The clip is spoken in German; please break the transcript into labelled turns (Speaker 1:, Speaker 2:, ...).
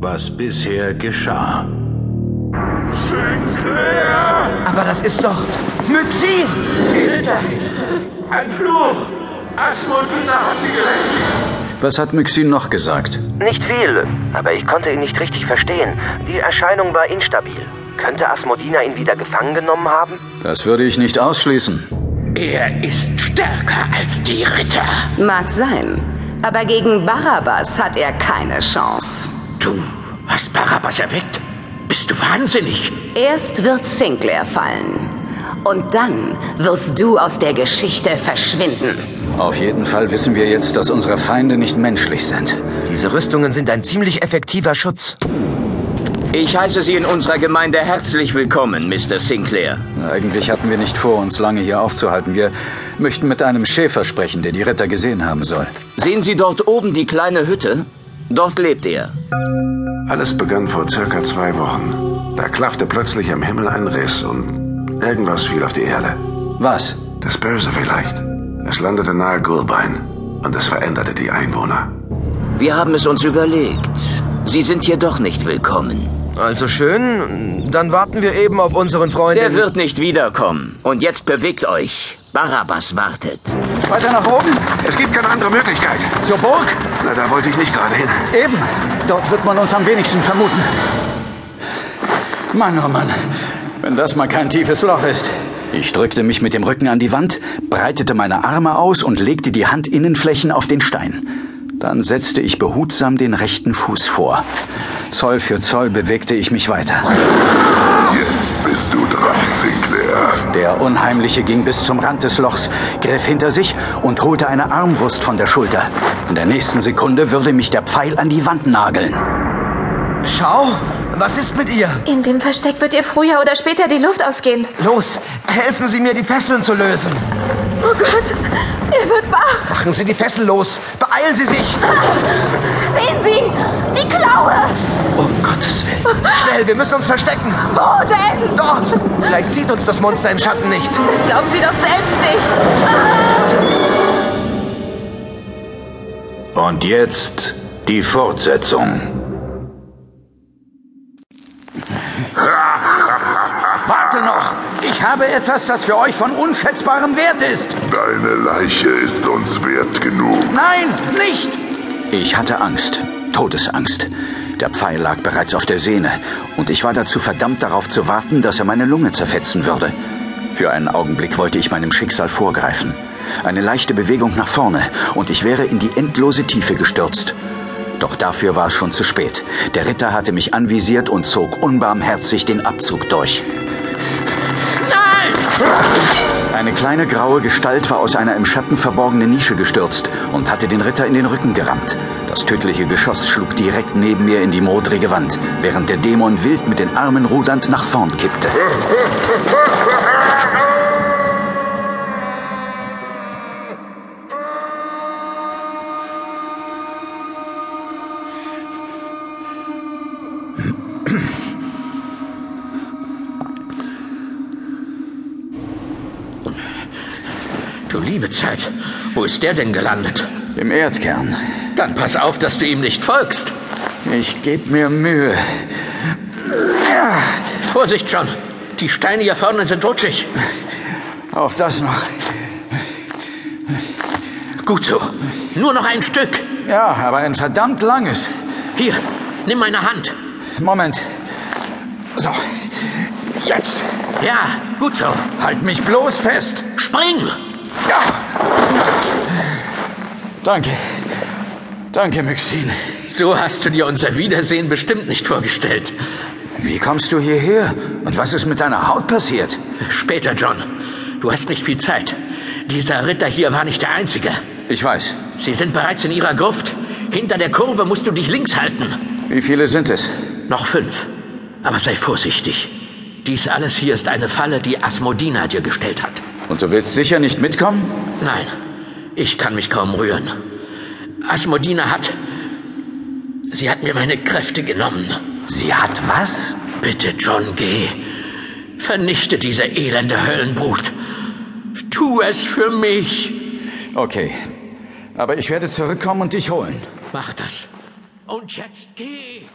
Speaker 1: was bisher geschah.
Speaker 2: Sinclair!
Speaker 3: Aber das ist doch Myxin!
Speaker 2: Peter! Ein Fluch! Asmodina hat sie gelenkt!
Speaker 1: Was hat Myxin noch gesagt?
Speaker 4: Nicht viel, aber ich konnte ihn nicht richtig verstehen. Die Erscheinung war instabil. Könnte Asmodina ihn wieder gefangen genommen haben?
Speaker 1: Das würde ich nicht ausschließen.
Speaker 5: Er ist stärker als die Ritter.
Speaker 6: Mag sein. Aber gegen Barabbas hat er keine Chance.
Speaker 5: Du hast Barabbas erweckt? Bist du wahnsinnig?
Speaker 6: Erst wird Sinclair fallen. Und dann wirst du aus der Geschichte verschwinden.
Speaker 1: Auf jeden Fall wissen wir jetzt, dass unsere Feinde nicht menschlich sind.
Speaker 3: Diese Rüstungen sind ein ziemlich effektiver Schutz.
Speaker 7: Ich heiße Sie in unserer Gemeinde herzlich willkommen, Mr. Sinclair.
Speaker 1: Eigentlich hatten wir nicht vor, uns lange hier aufzuhalten. Wir möchten mit einem Schäfer sprechen, der die Ritter gesehen haben soll.
Speaker 7: Sehen Sie dort oben die kleine Hütte? Dort lebt er.
Speaker 8: Alles begann vor circa zwei Wochen. Da klaffte plötzlich am Himmel ein Riss und irgendwas fiel auf die Erde.
Speaker 1: Was?
Speaker 8: Das Böse vielleicht. Es landete nahe Gulbein und es veränderte die Einwohner.
Speaker 7: Wir haben es uns überlegt. Sie sind hier doch nicht willkommen.
Speaker 3: Also schön, dann warten wir eben auf unseren Freund.
Speaker 7: Der wird nicht wiederkommen. Und jetzt bewegt euch. Barabbas wartet.
Speaker 1: Weiter nach oben?
Speaker 8: Es gibt keine andere Möglichkeit.
Speaker 1: Zur Burg?
Speaker 8: Na, da wollte ich nicht gerade hin.
Speaker 1: Eben. Dort wird man uns am wenigsten vermuten. Mann, oh Mann. Wenn das mal kein tiefes Loch ist. Ich drückte mich mit dem Rücken an die Wand, breitete meine Arme aus und legte die Handinnenflächen auf den Stein. Dann setzte ich behutsam den rechten Fuß vor. Zoll für Zoll bewegte ich mich weiter.
Speaker 9: Jetzt bist du dran, Sinclair.
Speaker 1: Der Unheimliche ging bis zum Rand des Lochs, griff hinter sich und holte eine Armbrust von der Schulter. In der nächsten Sekunde würde mich der Pfeil an die Wand nageln.
Speaker 3: Schau, was ist mit ihr?
Speaker 10: In dem Versteck wird ihr früher oder später die Luft ausgehen.
Speaker 3: Los, helfen Sie mir, die Fesseln zu lösen.
Speaker 10: Oh Gott, er wird wach.
Speaker 3: Machen Sie die Fesseln los. Beeilen Sie sich.
Speaker 10: Sehen Sie, die Klaue.
Speaker 3: Um Gottes Willen. Schnell, wir müssen uns verstecken.
Speaker 10: Wo denn?
Speaker 3: Dort. Vielleicht sieht uns das Monster im Schatten nicht.
Speaker 10: Das glauben Sie doch selbst nicht. Ah!
Speaker 1: Und jetzt die Fortsetzung. Warte noch! Ich habe etwas, das für euch von unschätzbarem Wert ist!
Speaker 9: Deine Leiche ist uns wert genug.
Speaker 1: Nein, nicht! Ich hatte Angst. Todesangst. Der Pfeil lag bereits auf der Sehne und ich war dazu verdammt darauf zu warten, dass er meine Lunge zerfetzen würde. Für einen Augenblick wollte ich meinem Schicksal vorgreifen. Eine leichte Bewegung nach vorne und ich wäre in die endlose Tiefe gestürzt. Doch dafür war es schon zu spät. Der Ritter hatte mich anvisiert und zog unbarmherzig den Abzug durch. Eine kleine graue Gestalt war aus einer im Schatten verborgenen Nische gestürzt und hatte den Ritter in den Rücken gerammt. Das tödliche Geschoss schlug direkt neben mir in die modrige Wand, während der Dämon wild mit den Armen rudernd nach vorn kippte.
Speaker 5: Du liebe Zeit, wo ist der denn gelandet?
Speaker 1: Im Erdkern.
Speaker 5: Dann pass auf, dass du ihm nicht folgst.
Speaker 1: Ich gebe mir Mühe.
Speaker 5: Vorsicht schon, die Steine hier vorne sind rutschig.
Speaker 1: Auch das noch.
Speaker 5: Gut so, nur noch ein Stück.
Speaker 1: Ja, aber ein verdammt langes.
Speaker 5: Hier, nimm meine Hand.
Speaker 1: Moment. So. Jetzt.
Speaker 5: Ja, gut so.
Speaker 1: Halt mich bloß fest.
Speaker 5: Spring!
Speaker 1: Ja. Danke. Danke, Myxin.
Speaker 5: So hast du dir unser Wiedersehen bestimmt nicht vorgestellt.
Speaker 1: Wie kommst du hierher? Und was ist mit deiner Haut passiert?
Speaker 5: Später, John. Du hast nicht viel Zeit. Dieser Ritter hier war nicht der Einzige.
Speaker 1: Ich weiß.
Speaker 5: Sie sind bereits in ihrer Gruft. Hinter der Kurve musst du dich links halten.
Speaker 1: Wie viele sind es?
Speaker 5: Noch fünf. Aber sei vorsichtig. Dies alles hier ist eine Falle, die Asmodina dir gestellt hat.
Speaker 1: Und du willst sicher nicht mitkommen?
Speaker 5: Nein, ich kann mich kaum rühren. Asmodina hat. Sie hat mir meine Kräfte genommen.
Speaker 1: Sie hat was?
Speaker 5: Bitte, John, geh. Vernichte diese elende Höllenbrut. Tu es für mich.
Speaker 1: Okay. Aber ich werde zurückkommen und dich holen.
Speaker 5: Mach das. Und jetzt geh.